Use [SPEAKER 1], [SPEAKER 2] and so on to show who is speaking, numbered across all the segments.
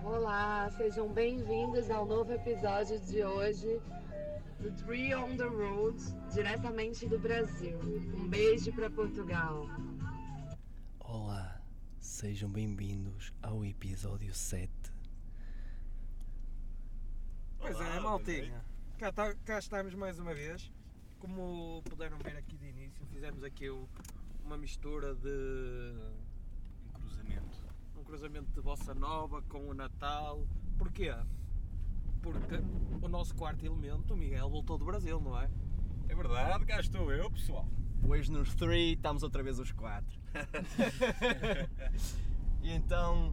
[SPEAKER 1] Olá, sejam bem-vindos ao novo episódio de hoje do Three on the Road, diretamente do Brasil. Um beijo para Portugal.
[SPEAKER 2] Olá, sejam bem-vindos ao episódio 7.
[SPEAKER 3] Pois
[SPEAKER 4] Olá,
[SPEAKER 3] é,
[SPEAKER 4] boa
[SPEAKER 3] maltinha. Cá, tá- cá estamos mais uma vez. Como puderam ver aqui de início, fizemos aqui o- uma mistura de
[SPEAKER 4] Um cruzamento.
[SPEAKER 3] um cruzamento de Bossa Nova com o Natal. Porquê? Porque o nosso quarto elemento, o Miguel, voltou do Brasil, não é?
[SPEAKER 4] É verdade, cá estou eu, pessoal.
[SPEAKER 5] Hoje nos 3 estamos outra vez os 4. e então,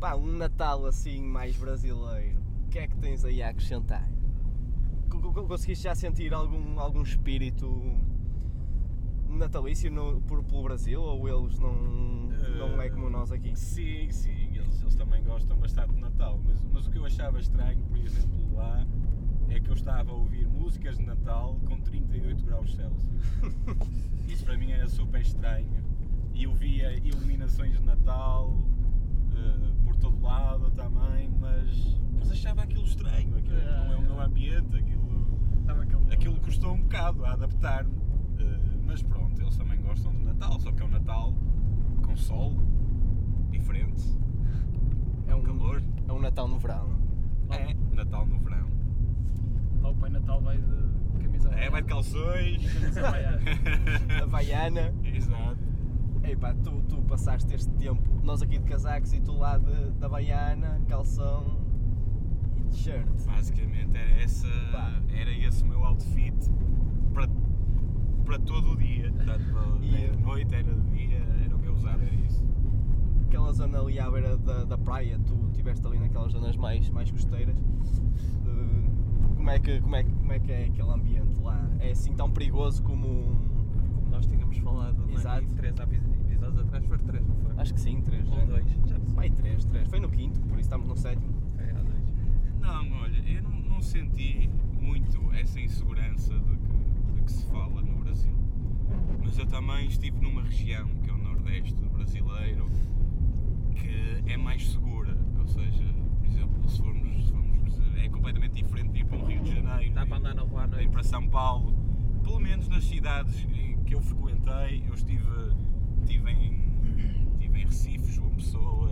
[SPEAKER 5] pá, um Natal assim mais brasileiro. O que é que tens aí a acrescentar? Co- co- Conseguiste já sentir algum, algum espírito natalício no, por, pelo Brasil ou eles não, não é como nós aqui?
[SPEAKER 4] Sim, sim, eles, eles também gostam bastante de Natal. Mas, mas o que eu achava estranho, por exemplo, lá, é que eu estava a ouvir músicas de Natal com 38 graus Celsius. Isso para mim era super estranho. E eu via iluminações de Natal eh, por todo lado também, mas, mas achava aquilo estranho. Aquilo não é o meu ambiente, aquilo.
[SPEAKER 3] Estava aquele...
[SPEAKER 4] Aquilo custou um bocado a adaptar-me, eh, mas pronto, eles também gostam de Natal, só que é um Natal com sol, diferente,
[SPEAKER 5] É um,
[SPEAKER 4] calor.
[SPEAKER 5] é um Natal no verão.
[SPEAKER 4] É, Natal no verão.
[SPEAKER 6] O Pai Natal vai de camisa
[SPEAKER 4] É, vai de calções.
[SPEAKER 5] Havaiana.
[SPEAKER 4] Exato.
[SPEAKER 5] Epá, tu, tu passaste este tempo, nós aqui de casacos e tu lá de, da baiana, calção e t-shirt.
[SPEAKER 4] Basicamente era, essa,
[SPEAKER 5] Pá.
[SPEAKER 4] era esse o meu outfit para, para todo o dia. Portanto,
[SPEAKER 5] E
[SPEAKER 4] era
[SPEAKER 5] eu-
[SPEAKER 4] de noite, era de dia, era o que eu usava, era isso.
[SPEAKER 5] Aquela zona ali à beira da, da praia, tu estiveste ali naquelas zonas mais, mais costeiras. Eh, como, é que, como, é, que- como é que é aquele ambiente lá? É assim tão perigoso como. um-
[SPEAKER 3] Como nós tínhamos falado é?
[SPEAKER 5] Exato.
[SPEAKER 3] em 3 episódios atrás, foi 3, não foi?
[SPEAKER 5] Acho que sim, três.
[SPEAKER 3] Ou
[SPEAKER 5] né?
[SPEAKER 3] Um, dois, já não sei.
[SPEAKER 5] Vai três, três. Foi no quinto, por isso estamos no sétimo.
[SPEAKER 3] É, há dois.
[SPEAKER 4] Não, olha, eu não, não senti muito essa insegurança de que, de que se fala no Brasil. Mas eu também estive numa região, que é o Nordeste brasileiro, que é mais segura. Ou seja, por exemplo, se formos, se formos é completamente diferente de ir para o Rio de Janeiro. né?
[SPEAKER 3] Dá para andar na rua à
[SPEAKER 4] Ir
[SPEAKER 3] noite.
[SPEAKER 4] para São Paulo, pelo menos nas cidades em que eu frequentei, eu estive, estive, em, estive em Recife, João Pessoa,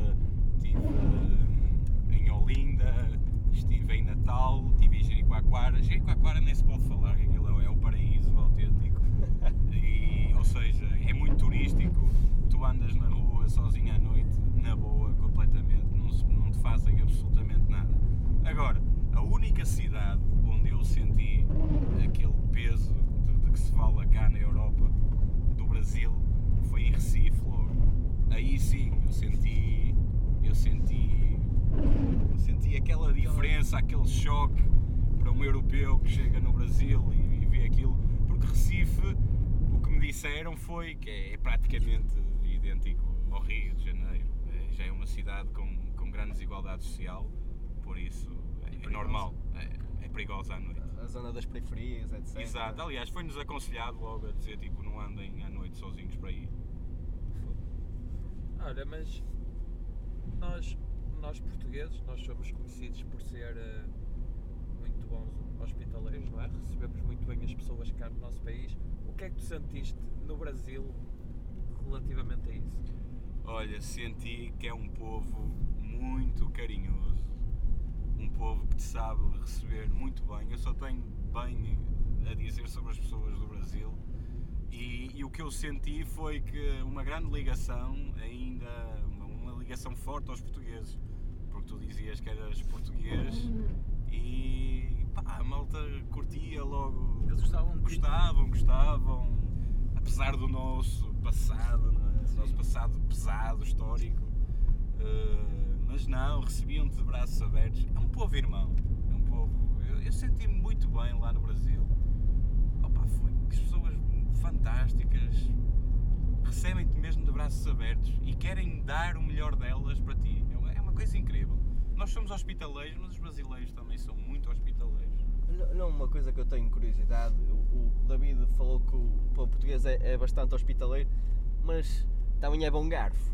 [SPEAKER 4] estive hum, em Olinda, estive em Natal, estive em Jericoacoara. Jericoacoara nem se pode falar, que aquilo é o paraíso autêntico. E, ou seja, é muito turístico, tu andas na rua sozinho à noite, na boa, completamente, não, se- não te fazem absolutamente nada. Agora, a única cidade onde eu senti aquele peso de, de que se fala cá na Europa, do Brasil, foi em Recife, logo. Aí sim, eu senti, eu senti, eu senti aquela diferença, aquele choque para um europeu que chega no Brasil e, e vê aquilo, porque Recife, o que me disseram foi que é, praticamente idêntico ao Rio de Janeiro. É, já é uma cidade com, com grande desigualdade social, por isso é- é,
[SPEAKER 3] perigosa.
[SPEAKER 4] normal, é, é perigosa à noite.
[SPEAKER 5] A zona das periferias, etc.
[SPEAKER 4] Exato, aliás, foi-nos aconselhado logo a dizer tipo, não andem à noite sozinhos para aí.
[SPEAKER 3] Olha, mas nós, nós portugueses, nós somos conhecidos por ser eh, muito bons hospitaleiros, não é? Recebemos muito bem as pessoas cá no nosso país. O que é que tu sentiste no Brasil relativamente a isso?
[SPEAKER 4] Olha, senti que é um povo muito carinhoso, um povo que te sabe receber muito bem. Eu só tenho bem a dizer sobre as pessoas do Brasil e, e o que eu senti foi que uma grande ligação, ainda uma, uma ligação forte aos portugueses, porque tu dizias que eras português e pá, a malta curtia logo.
[SPEAKER 6] Eles gostavam de ti.
[SPEAKER 4] Gostavam, gostavam. Apesar do nosso passado, não é? Do nosso passado pesado, histórico. eh, mas não, recebiam-te de braços abertos. É um povo irmão. É um povo. Eu, eu senti-me muito bem lá no Brasil. Opa, foi que pessoas fantásticas. Recebem-te mesmo de braços abertos e querem dar o melhor delas para ti. É uma- É uma coisa incrível. Nós somos hospitaleiros, mas os brasileiros também são muito hospitaleiros.
[SPEAKER 5] N- Não, uma coisa que eu tenho curiosidade, o, o David falou que o, pá, o português é, é bastante hospitaleiro, mas também é bom garfo.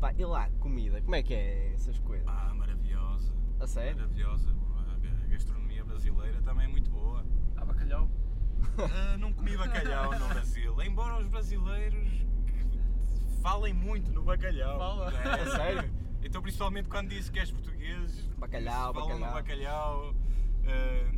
[SPEAKER 5] Pá, e lá, comida, como é que é essas coisas?
[SPEAKER 4] Ah, maravilhosa.
[SPEAKER 5] A sério?
[SPEAKER 4] maravilhosa. A gastronomia brasileira também é muito boa.
[SPEAKER 6] Há bacalhau?
[SPEAKER 4] Ah, não comi bacalhau no Brasil, embora os brasileiros que falem muito no bacalhau.
[SPEAKER 6] Fala.
[SPEAKER 4] não é?
[SPEAKER 5] A sério?
[SPEAKER 4] Então, principalmente quando disse que és português,
[SPEAKER 5] Bacalhau,
[SPEAKER 4] falam no
[SPEAKER 5] bacalhau.
[SPEAKER 4] bacalhau. Ah,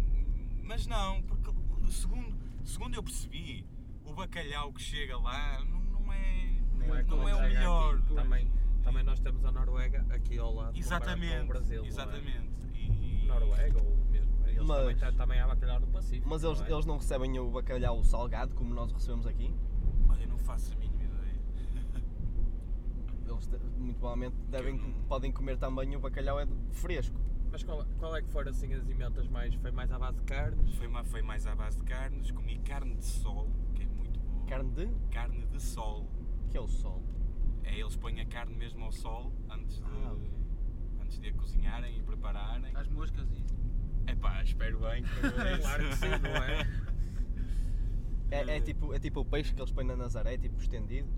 [SPEAKER 4] mas não, porque segundo, segundo eu percebi, o bacalhau que chega lá não, não é,
[SPEAKER 5] Não é
[SPEAKER 4] não
[SPEAKER 3] como
[SPEAKER 4] é o
[SPEAKER 3] chega aqui.
[SPEAKER 4] melhor.
[SPEAKER 3] Também, também nós temos a Noruega aqui ao lado. comparado
[SPEAKER 4] Exatamente.
[SPEAKER 3] Com o Brasil. não é?
[SPEAKER 4] exatamente. E-
[SPEAKER 3] Noruega ou mesmo. Eles
[SPEAKER 5] Mas-
[SPEAKER 3] também, têm- também há bacalhau no Pacífico.
[SPEAKER 5] Mas eles,
[SPEAKER 3] não é?
[SPEAKER 5] eles não recebem o bacalhau salgado como nós recebemos aqui?
[SPEAKER 4] Olha, eu não faço a mínima ideia.
[SPEAKER 5] Eles de- muito provavelmente devem,
[SPEAKER 4] não-
[SPEAKER 5] podem comer também o bacalhau é de- fresco.
[SPEAKER 3] Mas qual, qual é que foram assim as emendas mais? Foi mais à base de carnes?
[SPEAKER 4] Foi, ma- foi mais à base de carnes, comi carne de sol, que é muito boa.
[SPEAKER 5] Carne de?
[SPEAKER 4] carne de sol.
[SPEAKER 5] que é o sol?
[SPEAKER 4] É, eles põem a carne mesmo ao sol antes de,
[SPEAKER 5] Ah, ok.
[SPEAKER 4] antes de a cozinharem e prepararem.
[SPEAKER 6] As moscas e isso.
[SPEAKER 4] Epá, espero bem que seja isso.
[SPEAKER 3] Claro que sim, não é?
[SPEAKER 4] Eh,
[SPEAKER 5] É, é tipo, é tipo o peixe que eles põem na Nazaré, é tipo estendido.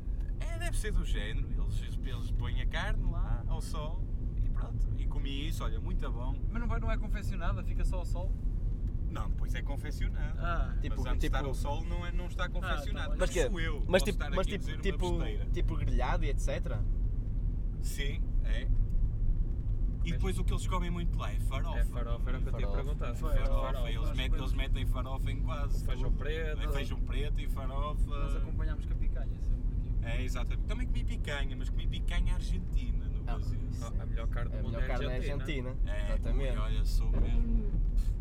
[SPEAKER 4] É, deve ser do género. Eles, eles põem a carne lá ao sol e pronto. E comi isso, olha, muito bom.
[SPEAKER 6] Mas não, vai, não é confeccionada, fica só ao sol.
[SPEAKER 4] Não, depois é confeccionado.
[SPEAKER 6] Ah,
[SPEAKER 5] Tipo-
[SPEAKER 4] mas antes de estar
[SPEAKER 5] tipo-
[SPEAKER 4] ao sol não, é, não está confeccionado.
[SPEAKER 6] tá bem.
[SPEAKER 4] mas
[SPEAKER 5] Mas que-
[SPEAKER 4] sou eu.
[SPEAKER 5] Mas
[SPEAKER 4] posso
[SPEAKER 5] tipo,
[SPEAKER 4] estar
[SPEAKER 5] mas
[SPEAKER 4] aqui a
[SPEAKER 5] tipo,
[SPEAKER 4] dizer
[SPEAKER 5] tipo,
[SPEAKER 4] uma besteira.
[SPEAKER 5] tipo grelhado e etc.
[SPEAKER 4] Sim, é. E depois o que eles comem muito lá é farofa.
[SPEAKER 3] É farofa, era o que eu tinha
[SPEAKER 5] Farofa.
[SPEAKER 3] perguntado.
[SPEAKER 6] Farofa,
[SPEAKER 4] Farofa, eles
[SPEAKER 6] Farofa,
[SPEAKER 4] metem, eles
[SPEAKER 6] mas-
[SPEAKER 4] metem farofa em quase.
[SPEAKER 3] Feijão
[SPEAKER 4] tudo.
[SPEAKER 3] preto.
[SPEAKER 4] É feijão preto e
[SPEAKER 6] nós
[SPEAKER 4] farofa.
[SPEAKER 6] acompanhámos com a picanha um sempre aqui.
[SPEAKER 4] É, exatamente. Também comi picanha, mas comi picanha argentina no Brasil.
[SPEAKER 5] isso
[SPEAKER 3] Ah, A melhor carne
[SPEAKER 5] A
[SPEAKER 3] do mundo
[SPEAKER 5] melhor carne é
[SPEAKER 3] argentina.
[SPEAKER 5] argentina.
[SPEAKER 4] É,
[SPEAKER 5] Exatamente.
[SPEAKER 4] ui, olha, sou mesmo.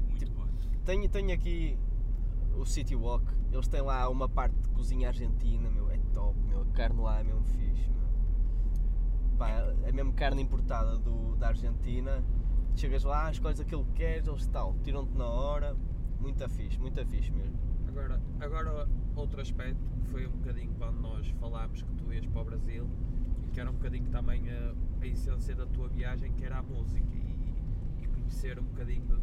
[SPEAKER 4] Muito bom.
[SPEAKER 5] Tenho, tenho aqui o City Walk. Eles têm lá uma parte de cozinha argentina, meu. É top, meu. A carne lá é mesmo fixe, meu. Pá, é mesmo carne importada do, da Argentina. Chegas lá, escolhes aquilo que queres, eles tal, tiram-te na hora. Muita fixe, muita fixe mesmo.
[SPEAKER 3] Agora, agora, outro aspecto que foi um bocadinho quando nós falámos que tu ias para o Brasil, e que era um bocadinho também eh, a, essência da tua viagem, que era a música e, e conhecer um bocadinho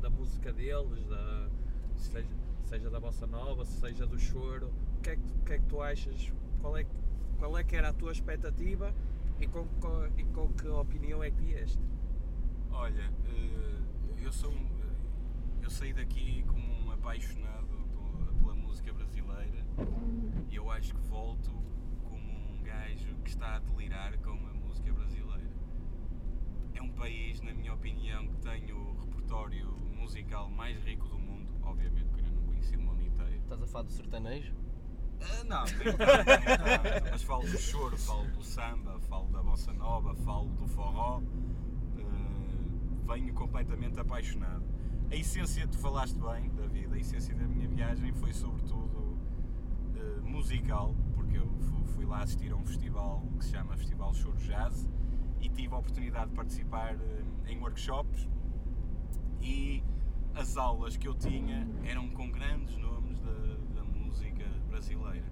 [SPEAKER 3] da música deles, da, seja, seja da bossa nova, seja do choro. O que é que, o que, é que tu achas? Qual é, que- qual é que era a tua expectativa e com, co- e com que opinião é que vieste?
[SPEAKER 4] Olha, eh, eu sou um- eu saí daqui como um apaixonado pela- pela música brasileira e eu acho que volto como um gajo que está a delirar com a música brasileira. É um país, na minha opinião, que tem o repertório musical mais rico do mundo, obviamente que eu ainda não conheci o mundo inteiro.
[SPEAKER 5] Estás a falar do sertanejo?
[SPEAKER 4] Ah, não, nem tanto, nem tanto. mas falo do choro, falo do samba, falo da bossa nova, falo do forró. Ah, venho completamente apaixonado. A essência, tu falaste bem, David, a essência da minha viagem foi sobretudo ah, musical, porque eu fu- fui lá assistir a um festival que se chama Festival Choro Jazz e tive a oportunidade de participar ah, em workshops e as aulas que eu tinha eram com grandes nomes da, da música brasileira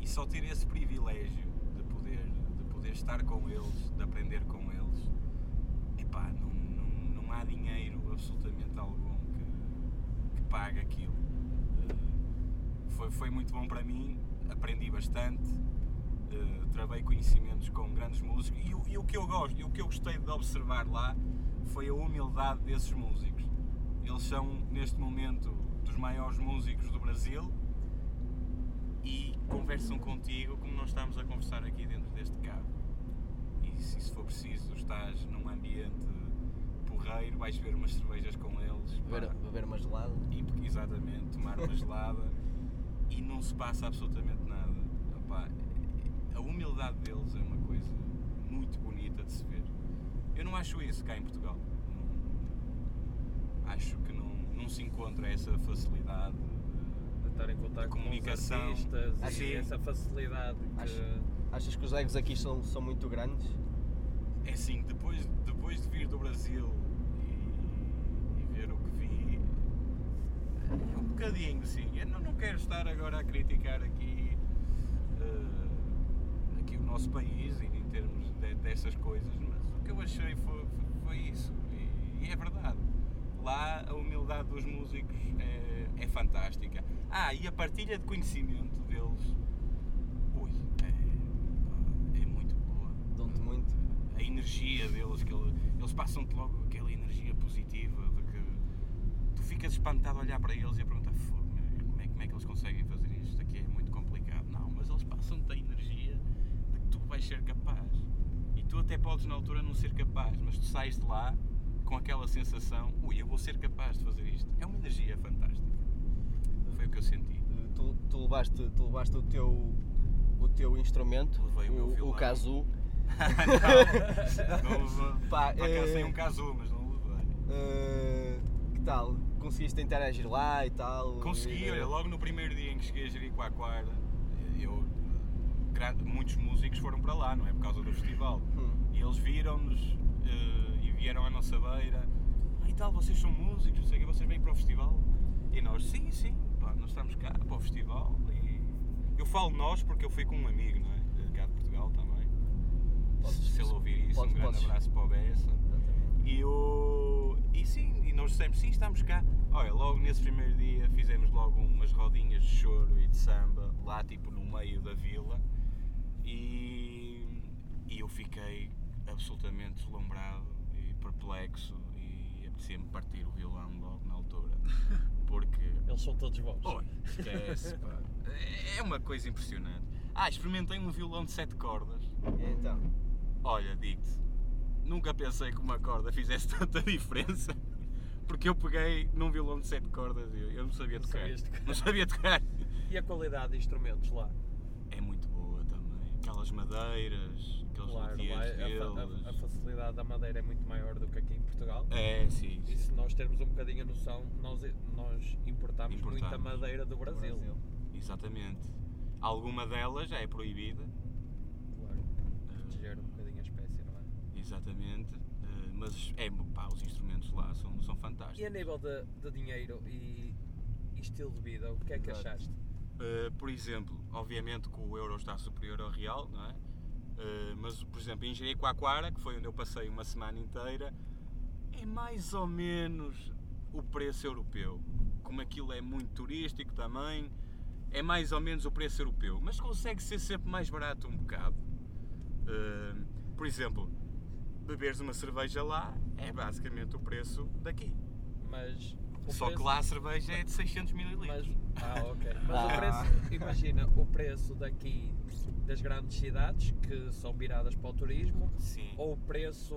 [SPEAKER 4] e só ter esse privilégio de poder, de poder estar com eles, de aprender com eles, epá, não, não, não há dinheiro absolutamente algum que, que pague aquilo. Eh, Foi, foi muito bom para mim, aprendi bastante, eh, travei conhecimentos com grandes músicos e, o- e o que eu gosto, e o que eu gostei de observar lá foi a humildade desses músicos. Eles são, neste momento, dos maiores músicos do Brasil e conversam contigo como nós estamos a conversar aqui dentro deste carro. E se isso for preciso, estás num ambiente porreiro, vais beber umas cervejas com eles. pá,
[SPEAKER 5] Beber, beber uma gelada?
[SPEAKER 4] impe- Exatamente, tomar uma gelada e não se passa absolutamente nada. Opá, a humildade deles é uma coisa muito bonita de se ver. Eu não acho isso cá em Portugal. Não- acho que não, não se encontra essa facilidade. eh,
[SPEAKER 3] De estar em contato com os
[SPEAKER 4] comunicação.
[SPEAKER 3] artistas
[SPEAKER 4] Acho
[SPEAKER 3] e
[SPEAKER 4] que-
[SPEAKER 3] essa facilidade que...
[SPEAKER 5] Ah, Acho- Achas que os egos aqui são, são muito grandes?
[SPEAKER 4] É assim, depois, depois de vir do Brasil e, e ver o que vi, é um bocadinho sim. Eu não, não quero estar agora a criticar aqui, eh, aqui o nosso país e em termos de, dessas coisas, mas o que eu achei foi, foi isso. E, e é verdade. Lá a humildade dos músicos é, é fantástica. Ah, e a partilha de conhecimento deles, ui, é, é muito boa
[SPEAKER 5] Dão-te muito?
[SPEAKER 4] a energia deles, que ele- eles passam-te logo aquela energia positiva, de que tu ficas espantado a olhar para eles e a perguntar "Fogo, meu, como é, como é que eles conseguem fazer isto, aqui é muito complicado. Não, mas eles passam-te a energia de que tu vais ser capaz. E tu até podes na altura não ser capaz, mas tu sais de lá com aquela sensação, ui, eu vou ser capaz de fazer isto. É uma energia fantástica. Foi o que eu senti.
[SPEAKER 5] Eh, tu, tu levaste, tu levaste o, teu, o teu instrumento,
[SPEAKER 4] Levei o meu
[SPEAKER 5] o,
[SPEAKER 4] violão.
[SPEAKER 5] casu.
[SPEAKER 4] Não levei.
[SPEAKER 5] Pá,
[SPEAKER 4] Para cá
[SPEAKER 5] eh,
[SPEAKER 4] sem um casu, mas não levei.
[SPEAKER 5] eh, que tal? Conseguiste interagir lá e tal?
[SPEAKER 4] Consegui,
[SPEAKER 5] E-
[SPEAKER 4] olha, logo no primeiro dia em que cheguei a Jericoacoara, eu, gra- muitos músicos foram para lá, não é? Por causa do festival.
[SPEAKER 5] Hum.
[SPEAKER 4] E eles viram-nos eh, e vieram à nossa beira. Ah, e tal, vocês são músicos, não sei o quê, vocês vêm para o festival? E nós, sim, sim, pá, nós estamos cá para o festival. E eu falo nós porque eu fui com um amigo, não é? De Cá de Portugal também.
[SPEAKER 5] Podes-
[SPEAKER 4] Se ele ouvir isso,
[SPEAKER 5] podes-
[SPEAKER 4] um grande
[SPEAKER 5] podes-
[SPEAKER 4] abraço para o Bessa.
[SPEAKER 5] Exatamente.
[SPEAKER 4] E, o... e sim, e nós dissemos, sim, estamos cá. Olha, logo nesse primeiro dia fizemos logo umas rodinhas de choro e de samba, lá tipo no meio da vila. E, e eu fiquei absolutamente deslumbrado e perplexo e apetecia-me partir o violão logo na altura. Porque
[SPEAKER 3] Eles são todos vós.
[SPEAKER 5] Oh,
[SPEAKER 4] Oi, esquece, pá. É uma coisa impressionante. Ah, experimentei um violão de sete cordas.
[SPEAKER 5] E Então,
[SPEAKER 4] Olha, digo-te, nunca pensei que uma corda fizesse tanta diferença. Porque eu peguei num violão de sete cordas e eu- eu não sabia
[SPEAKER 3] Não
[SPEAKER 4] tocar.
[SPEAKER 3] sabias tocar.
[SPEAKER 4] Não sabia tocar.
[SPEAKER 3] E a qualidade de instrumentos lá?
[SPEAKER 4] É muito boa também. Aquelas madeiras, aqueles
[SPEAKER 3] Claro, lá é-
[SPEAKER 4] luthiers
[SPEAKER 3] a, fa- a- a
[SPEAKER 4] deles.
[SPEAKER 3] facilidade da madeira é muito maior do que aqui em Portugal.
[SPEAKER 4] É, sim.
[SPEAKER 3] E se nós termos um bocadinho a noção, nós, eh, nós importamos, muita
[SPEAKER 4] Importamos.
[SPEAKER 3] madeira do Brasil.
[SPEAKER 5] Brasil.
[SPEAKER 4] Exatamente. Alguma delas já é proibida. eh,
[SPEAKER 3] Claro,
[SPEAKER 4] É.
[SPEAKER 3] proteger um bocadinho a espécie, não é?
[SPEAKER 4] Exatamente. Eh, Mas é, pá, os instrumentos lá são, são fantásticos.
[SPEAKER 3] E a nível de, de dinheiro e, e estilo de vida, o que é que
[SPEAKER 4] Exato.
[SPEAKER 3] achaste?
[SPEAKER 4] Uh, por exemplo, obviamente que o euro está superior ao real, não é? Uh, mas, por exemplo, em Jericoacoara, que foi onde eu passei uma semana inteira, é mais ou menos o preço europeu. Como aquilo é muito turístico também, é mais ou menos o preço europeu, mas consegue ser sempre mais barato um bocado. Uh, por exemplo, beberes uma cerveja lá é basicamente o preço daqui.
[SPEAKER 3] Mas. o
[SPEAKER 4] Só que
[SPEAKER 3] preço-
[SPEAKER 4] lá a cerveja é de 600 ml.
[SPEAKER 3] Mas, ah, ok. Mas o
[SPEAKER 5] Ah.
[SPEAKER 3] preço, imagina, o preço daqui das grandes cidades que são viradas para o turismo,
[SPEAKER 4] Sim.
[SPEAKER 3] ou o preço,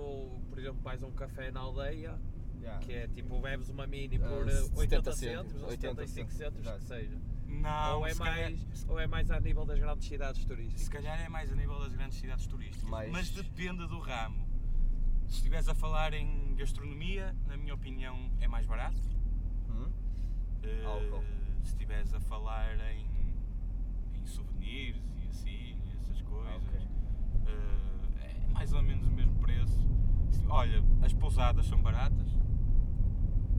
[SPEAKER 3] por exemplo, vais a um café na aldeia,
[SPEAKER 5] já.
[SPEAKER 3] que é tipo, bebes uma mini
[SPEAKER 5] Ah,
[SPEAKER 3] por eh,
[SPEAKER 5] 70
[SPEAKER 3] 80
[SPEAKER 5] cêntimos,
[SPEAKER 3] cêntimos, ou
[SPEAKER 5] 80
[SPEAKER 3] 75 cêntimos, que
[SPEAKER 5] exato.
[SPEAKER 3] seja.
[SPEAKER 4] Não,
[SPEAKER 3] ou, é
[SPEAKER 4] Ah, um se calhar-
[SPEAKER 3] mais, ou é mais a nível das grandes cidades
[SPEAKER 4] Se
[SPEAKER 3] turísticas.
[SPEAKER 4] calhar é mais a nível das grandes cidades turísticas,
[SPEAKER 5] Mais-
[SPEAKER 4] mas depende do ramo. Se estiveres a falar em gastronomia, na minha opinião, é mais barato.
[SPEAKER 5] Hum?
[SPEAKER 4] Eh,
[SPEAKER 5] Álcool.
[SPEAKER 4] se estiveres a falar em, em souvenirs e assim, essas coisas,
[SPEAKER 5] ok.
[SPEAKER 4] eh, é mais ou menos o mesmo preço. Se- Olha, as pousadas são baratas.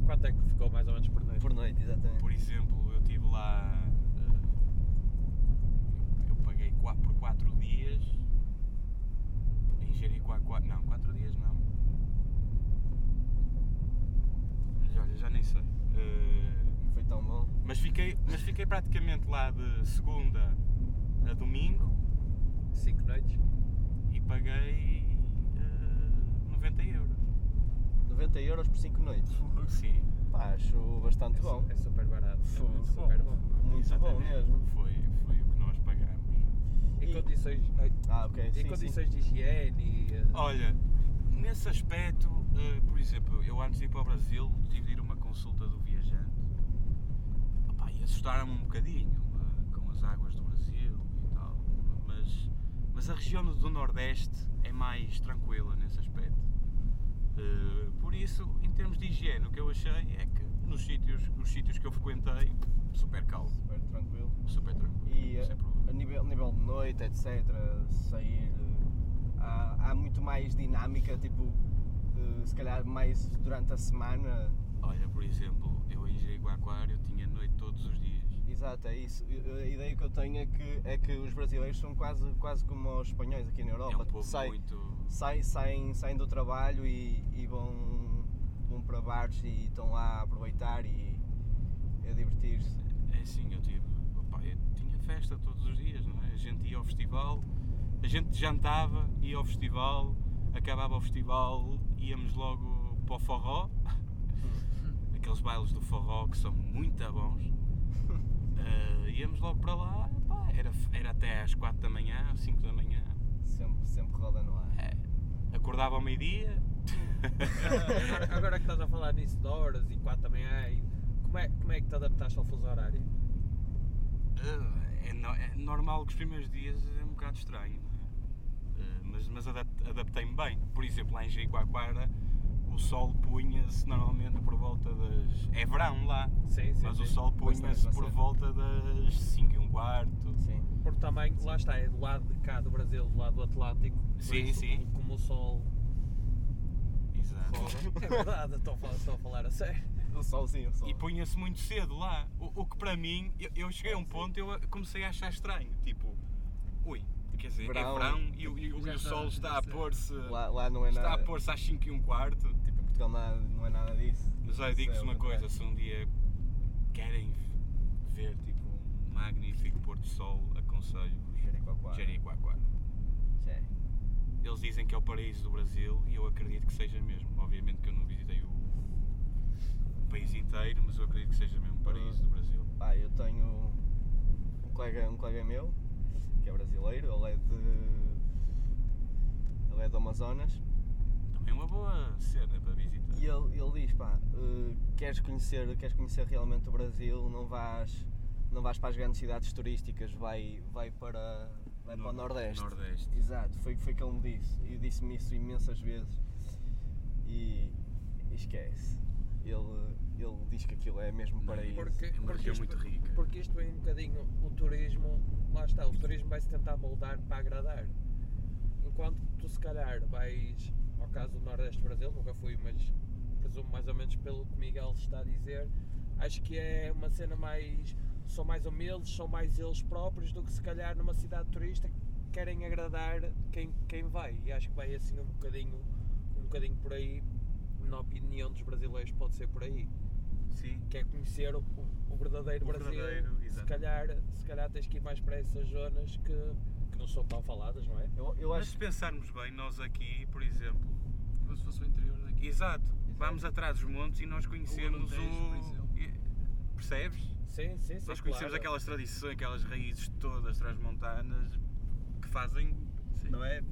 [SPEAKER 3] Quanto é que ficou mais ou menos por noite?
[SPEAKER 5] Por noite, exatamente.
[SPEAKER 4] Por exemplo, eu estive lá. eh, eu paguei 4 por 4 dias. Em Jericoacoara. Não, 4 dias não. Mas olha, já nem sei. Eh,
[SPEAKER 5] Foi tão bom.
[SPEAKER 4] mas, fiquei, mas fiquei praticamente lá de segunda a domingo
[SPEAKER 3] Cinco noites?
[SPEAKER 4] e paguei eh, 90 euros.
[SPEAKER 5] 90 euros por 5 noites.
[SPEAKER 4] Sim.
[SPEAKER 5] Pá, acho bastante
[SPEAKER 3] É su-
[SPEAKER 5] bom.
[SPEAKER 3] É super barato. é
[SPEAKER 5] Fogo.
[SPEAKER 3] muito super bom.
[SPEAKER 5] Muito bom
[SPEAKER 4] Exatamente.
[SPEAKER 5] mesmo.
[SPEAKER 4] Foi, foi o que nós pagámos.
[SPEAKER 3] Em
[SPEAKER 5] E-
[SPEAKER 3] condições,
[SPEAKER 5] Ah, ok.
[SPEAKER 3] em
[SPEAKER 5] Sim, sim.
[SPEAKER 3] condições de higiene. eh,
[SPEAKER 4] Olha, nesse aspecto, eh, por exemplo, eu antes de ir para o Brasil tive de ir a uma consulta do viajante Opá, e assustaram-me um bocadinho eh, com as águas do Brasil e tal, mas, mas a região do Nordeste é mais tranquila nesse aspecto. Eh, por isso, em termos de higiene, o que eu achei é que nos sítios, nos sítios que eu frequentei, super calmo,
[SPEAKER 5] Super tranquilo.
[SPEAKER 4] super tranquilo,
[SPEAKER 5] E
[SPEAKER 4] sem
[SPEAKER 5] a, a
[SPEAKER 4] problema.
[SPEAKER 5] nível, nível de noite, etc., sair, eh, há, há muito mais dinâmica, tipo, eh, se calhar mais durante a semana.
[SPEAKER 4] Olha, por exemplo, eu em Jericoacoara eu tinha noite todos os dias.
[SPEAKER 5] Exato, é isso. E- A ideia que eu tenho é que, é que os brasileiros são quase, quase como os espanhóis aqui na Europa.
[SPEAKER 4] É um
[SPEAKER 5] tipo,
[SPEAKER 4] povo
[SPEAKER 5] sai-
[SPEAKER 4] muito.
[SPEAKER 5] sai- saem, saem do trabalho e, e vão, vão para bares e estão lá a aproveitar e a divertir-se.
[SPEAKER 4] É assim, eu tive. opá, eu tinha festa todos os dias, não é? A gente ia ao festival, a gente jantava, ia ao festival, acabava o festival, íamos logo para o forró, aqueles bailes do forró que são muito bons. Ah, íamos logo para lá, pá, era, era até às 4 da manhã, 5 da manhã.
[SPEAKER 5] Sempre, sempre roda no ar.
[SPEAKER 4] É, acordava ao meio-dia.
[SPEAKER 3] Agora- Agora que estás a falar nisso de horas e 4 da manhã, e como é, como é que te adaptaste ao fuso horário?
[SPEAKER 4] Ah, é, no- é normal que os primeiros dias é um bocado estranho, não é? Ah, mas, mas adap- adaptei-me bem. Por exemplo, lá em Jericoacoara o sol punha-se normalmente por volta das. É verão lá,
[SPEAKER 3] Sim, sim.
[SPEAKER 4] mas o
[SPEAKER 3] sim.
[SPEAKER 4] sol
[SPEAKER 5] Pois também
[SPEAKER 4] punha-se
[SPEAKER 5] vai
[SPEAKER 4] por
[SPEAKER 5] ser.
[SPEAKER 4] volta das 5 e um quarto.
[SPEAKER 5] Sim.
[SPEAKER 3] Porque também, lá está, é do lado de cá do Brasil, do lado do Atlântico. por
[SPEAKER 4] Sim,
[SPEAKER 3] isso,
[SPEAKER 4] sim.
[SPEAKER 3] Como o sol
[SPEAKER 4] Exato.
[SPEAKER 3] rola. É verdade, estou a falar, estou a falar a sério.
[SPEAKER 5] O solzinho, o sol.
[SPEAKER 4] E punha-se muito cedo lá. O, o que para mim, eu, eu cheguei a um ponto eu comecei a achar estranho. Tipo, ui, quer dizer,
[SPEAKER 5] Verão.
[SPEAKER 4] é verão e, o- e o-
[SPEAKER 6] Já
[SPEAKER 4] e o
[SPEAKER 6] está,
[SPEAKER 4] sol está
[SPEAKER 6] já
[SPEAKER 4] a
[SPEAKER 6] está.
[SPEAKER 4] pôr-se.
[SPEAKER 5] Lá, lá não é
[SPEAKER 4] Está a
[SPEAKER 5] nada.
[SPEAKER 4] pôr-se às 5 e um quarto.
[SPEAKER 5] Tipo, em Portugal nada, não é nada disso.
[SPEAKER 4] Mas olha, digo-vos
[SPEAKER 5] Isso é
[SPEAKER 4] uma
[SPEAKER 5] o contrário.
[SPEAKER 4] coisa, se um dia querem ver tipo um magnífico pôr do sol, aconselho-vos
[SPEAKER 5] Jericoacoara.
[SPEAKER 4] Jericoacoara.
[SPEAKER 5] Jeri.
[SPEAKER 4] Eles dizem que é o paraíso do Brasil e eu acredito que seja mesmo. Obviamente que eu não visitei o, o país inteiro, mas eu acredito que seja mesmo o paraíso do Brasil.
[SPEAKER 5] Pá, eu tenho um colega, um colega meu, que é brasileiro, ele é de. Ele é do Amazonas.
[SPEAKER 4] Também é uma boa cena para visitar.
[SPEAKER 5] E ele, ele diz, pá, eh, queres conhecer, queres conhecer realmente o Brasil, não vais, não vais para as grandes cidades turísticas, vai, vai para, vai para o
[SPEAKER 4] No-
[SPEAKER 5] Nordeste.
[SPEAKER 4] Nordeste.
[SPEAKER 5] Exato, foi, foi que ele me disse. E disse-me isso imensas vezes. E esquece. Ele, ele diz que aquilo é mesmo
[SPEAKER 4] Não,
[SPEAKER 5] paraíso.
[SPEAKER 4] é uma região muito rica.
[SPEAKER 3] Porque isto é um bocadinho o turismo, lá está, o turismo vai-se tentar moldar para agradar. Enquanto que tu se calhar vais ao caso do Nordeste do Brasil, nunca fui, mas presumo mais ou menos pelo que o Miguel está a dizer, acho que é uma cena mais. são mais humildes, são mais eles próprios do que se calhar numa cidade turista que querem agradar quem, quem vai. E acho que vai assim um bocadinho, um bocadinho por aí, na opinião dos brasileiros pode ser por aí
[SPEAKER 4] Sim.
[SPEAKER 3] que é conhecer o, o- o verdadeiro
[SPEAKER 4] O
[SPEAKER 3] Brasil.
[SPEAKER 4] verdadeiro,
[SPEAKER 3] se,
[SPEAKER 4] exato.
[SPEAKER 3] calhar, se calhar tens que ir mais para essas zonas que, que não são tão faladas, não é?
[SPEAKER 5] Eu, eu
[SPEAKER 4] Mas
[SPEAKER 5] acho
[SPEAKER 4] se pensarmos bem, nós aqui, por exemplo,
[SPEAKER 6] Como se fosse o interior daqui.
[SPEAKER 4] Exato. Vamos atrás dos montes e nós conhecemos
[SPEAKER 6] Alentejo, por
[SPEAKER 4] o.
[SPEAKER 6] exemplo.
[SPEAKER 4] e- Percebes?
[SPEAKER 3] Sim, sim, sim.
[SPEAKER 4] nós conhecemos
[SPEAKER 3] claro.
[SPEAKER 4] aquelas tradições, aquelas raízes todas transmontanas que fazem.
[SPEAKER 6] Sim.
[SPEAKER 4] Não é?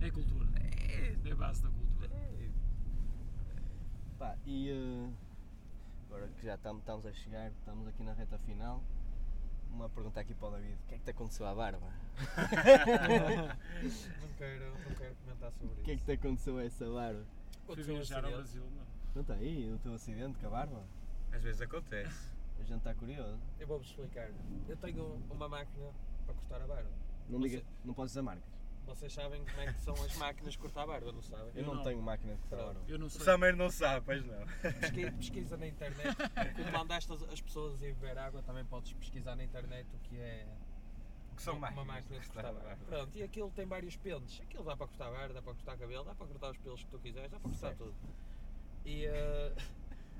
[SPEAKER 6] É cultura.
[SPEAKER 4] É.
[SPEAKER 6] É a base da cultura.
[SPEAKER 5] Pá, e eh, agora que já estamos, estamos a chegar, estamos aqui na reta final. Uma pergunta aqui para o David: o que é que te aconteceu à barba?
[SPEAKER 3] Não quero, não quero comentar sobre
[SPEAKER 5] O que é que
[SPEAKER 3] isso.
[SPEAKER 5] te aconteceu a essa barba?
[SPEAKER 6] Fui
[SPEAKER 3] Aconteceu um
[SPEAKER 6] viajar ao
[SPEAKER 3] acidente.
[SPEAKER 6] Brasil, mano.
[SPEAKER 5] Não está aí o teu acidente com a barba?
[SPEAKER 4] é? Às vezes acontece.
[SPEAKER 5] A gente está curioso.
[SPEAKER 3] Eu vou-vos explicar. Eu tenho uma máquina para cortar a barba.
[SPEAKER 5] Não,
[SPEAKER 3] Você-
[SPEAKER 5] diga, não podes dizer marcas.
[SPEAKER 3] Vocês sabem como é que são as máquinas de cortar a barba, não sabem?
[SPEAKER 5] Eu, não,
[SPEAKER 6] não.
[SPEAKER 5] tenho máquina de cortar
[SPEAKER 3] Pronto.
[SPEAKER 5] barba.
[SPEAKER 6] Eu não
[SPEAKER 4] O
[SPEAKER 6] sei.
[SPEAKER 4] Summer não sabe, pois não.
[SPEAKER 3] Pesquisa, pesquisa na internet. Quando mandaste as, as pessoas ir beber água, também podes pesquisar na internet o que é
[SPEAKER 4] Que são
[SPEAKER 3] uma
[SPEAKER 4] máquinas
[SPEAKER 3] máquina de cortar barba. Pronto, e aquilo tem vários pentes. Aquilo dá para cortar barba, dá para cortar cabelo, dá para cortar os pelos que tu quiseres, dá para cortar tudo. E. eh,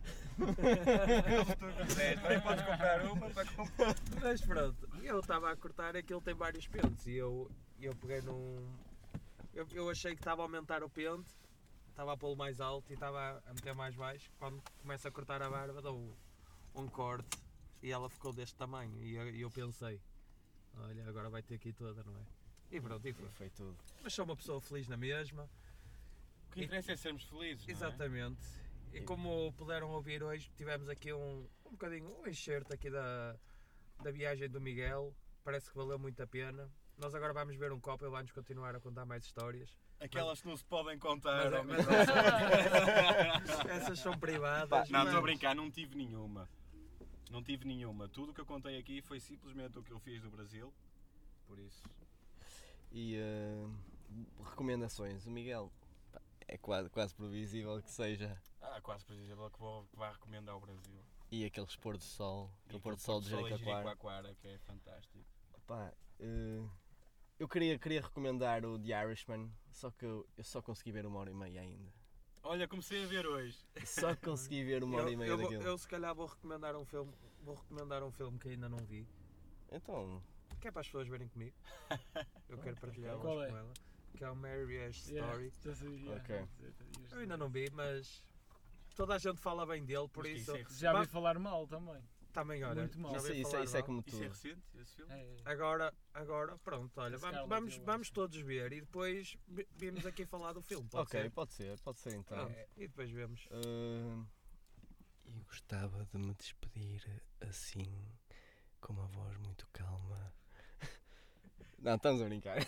[SPEAKER 4] Também podes comprar uma para comprar.
[SPEAKER 3] Mas pronto, eu estava a cortar, aquilo tem vários pentes e eu, eu peguei num. Eu, eu achei que estava a aumentar o pente, estava a pô-lo mais alto e estava a meter mais baixo. Quando começa a cortar a barba, dou um corte e ela ficou deste tamanho. E eu, e eu pensei, olha, agora vai ter aqui toda, não é? E pronto, e foi.
[SPEAKER 5] Foi tudo.
[SPEAKER 3] Mas sou uma pessoa feliz na mesma.
[SPEAKER 4] O que interessa é sermos felizes.
[SPEAKER 3] Exatamente. E como puderam ouvir hoje, tivemos aqui um, um bocadinho, um enxerto aqui da, da viagem do Miguel. Parece que valeu muito a pena. Nós agora vamos ver um copo, ele vai-nos continuar a contar mais histórias.
[SPEAKER 4] Aquelas que não se podem contar.
[SPEAKER 3] Mas- é
[SPEAKER 4] ao
[SPEAKER 3] mas- Essas são privadas.
[SPEAKER 5] Pá,
[SPEAKER 4] Não,
[SPEAKER 3] mas-
[SPEAKER 4] estou a brincar, não tive nenhuma. Não tive nenhuma. Tudo o que eu contei aqui foi simplesmente o que eu fiz no Brasil. Por isso.
[SPEAKER 5] E eh, recomendações: o Miguel pá, é quase, quase previsível que seja.
[SPEAKER 4] Ah, quase previsível que vou que vai recomendar ao Brasil.
[SPEAKER 5] E aqueles pôr do sol,
[SPEAKER 4] E
[SPEAKER 5] aquele pôr do sol de
[SPEAKER 4] em
[SPEAKER 5] Jericoacoara.
[SPEAKER 4] Jericoacoara, que é fantástico.
[SPEAKER 5] Pá, eh, eu queria, queria recomendar o The Irishman, só que eu, eu só consegui ver uma hora e meia ainda.
[SPEAKER 4] Olha, comecei a ver hoje.
[SPEAKER 5] Só consegui ver uma
[SPEAKER 3] eu,
[SPEAKER 5] hora e meia
[SPEAKER 3] eu vou-
[SPEAKER 5] daquilo.
[SPEAKER 3] eu se calhar vou recomendar um filme, vou recomendar um filme que ainda não vi,
[SPEAKER 5] Então,
[SPEAKER 3] que é para as pessoas verem comigo. Eu quero partilhar
[SPEAKER 6] Qual
[SPEAKER 3] hoje
[SPEAKER 6] é?
[SPEAKER 3] com ela, que é o Mary Ash
[SPEAKER 6] Yeah,
[SPEAKER 3] Story.
[SPEAKER 6] já sabia,
[SPEAKER 5] Ok.
[SPEAKER 6] já sabia, já
[SPEAKER 3] Eu
[SPEAKER 6] sabia.
[SPEAKER 3] ainda não vi, mas toda a gente fala bem dele, por
[SPEAKER 4] Mas que
[SPEAKER 3] isso.
[SPEAKER 4] isso é
[SPEAKER 6] Já
[SPEAKER 3] Vá-
[SPEAKER 6] ouvi falar mal também.
[SPEAKER 3] Também, olha.
[SPEAKER 6] Muito mal.
[SPEAKER 3] já
[SPEAKER 6] Isso
[SPEAKER 3] ouvi
[SPEAKER 5] isso, é-
[SPEAKER 3] falar
[SPEAKER 5] isso é
[SPEAKER 3] mal.
[SPEAKER 5] como
[SPEAKER 4] Isso é
[SPEAKER 5] tudo.
[SPEAKER 4] recente, esse filme?
[SPEAKER 6] É,
[SPEAKER 3] Agora, agora, pronto, olha,
[SPEAKER 6] Esse
[SPEAKER 3] vamos,
[SPEAKER 6] Scarlett,
[SPEAKER 3] vamos,
[SPEAKER 6] eu
[SPEAKER 3] vamos
[SPEAKER 6] acho.
[SPEAKER 3] todos ver e depois vi- vimos aqui falar do filme, pode
[SPEAKER 5] ok,
[SPEAKER 3] ser?
[SPEAKER 5] pode ser, pode ser então.
[SPEAKER 3] Pronto, e depois vemos.
[SPEAKER 5] Ah,
[SPEAKER 2] E gostava de me despedir
[SPEAKER 5] eh,
[SPEAKER 2] assim, com uma voz muito calma.
[SPEAKER 5] não, estamos a brincar.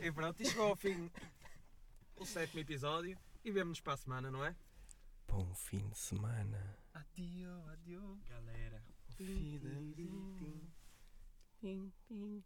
[SPEAKER 3] E pronto, e chegou ao fim o sétimo episódio e vemos-nos para a semana, não é?
[SPEAKER 2] Bom fim de semana.
[SPEAKER 6] Adio, adio.
[SPEAKER 4] Galera.
[SPEAKER 5] Tim, tim, tim. Tim, tim.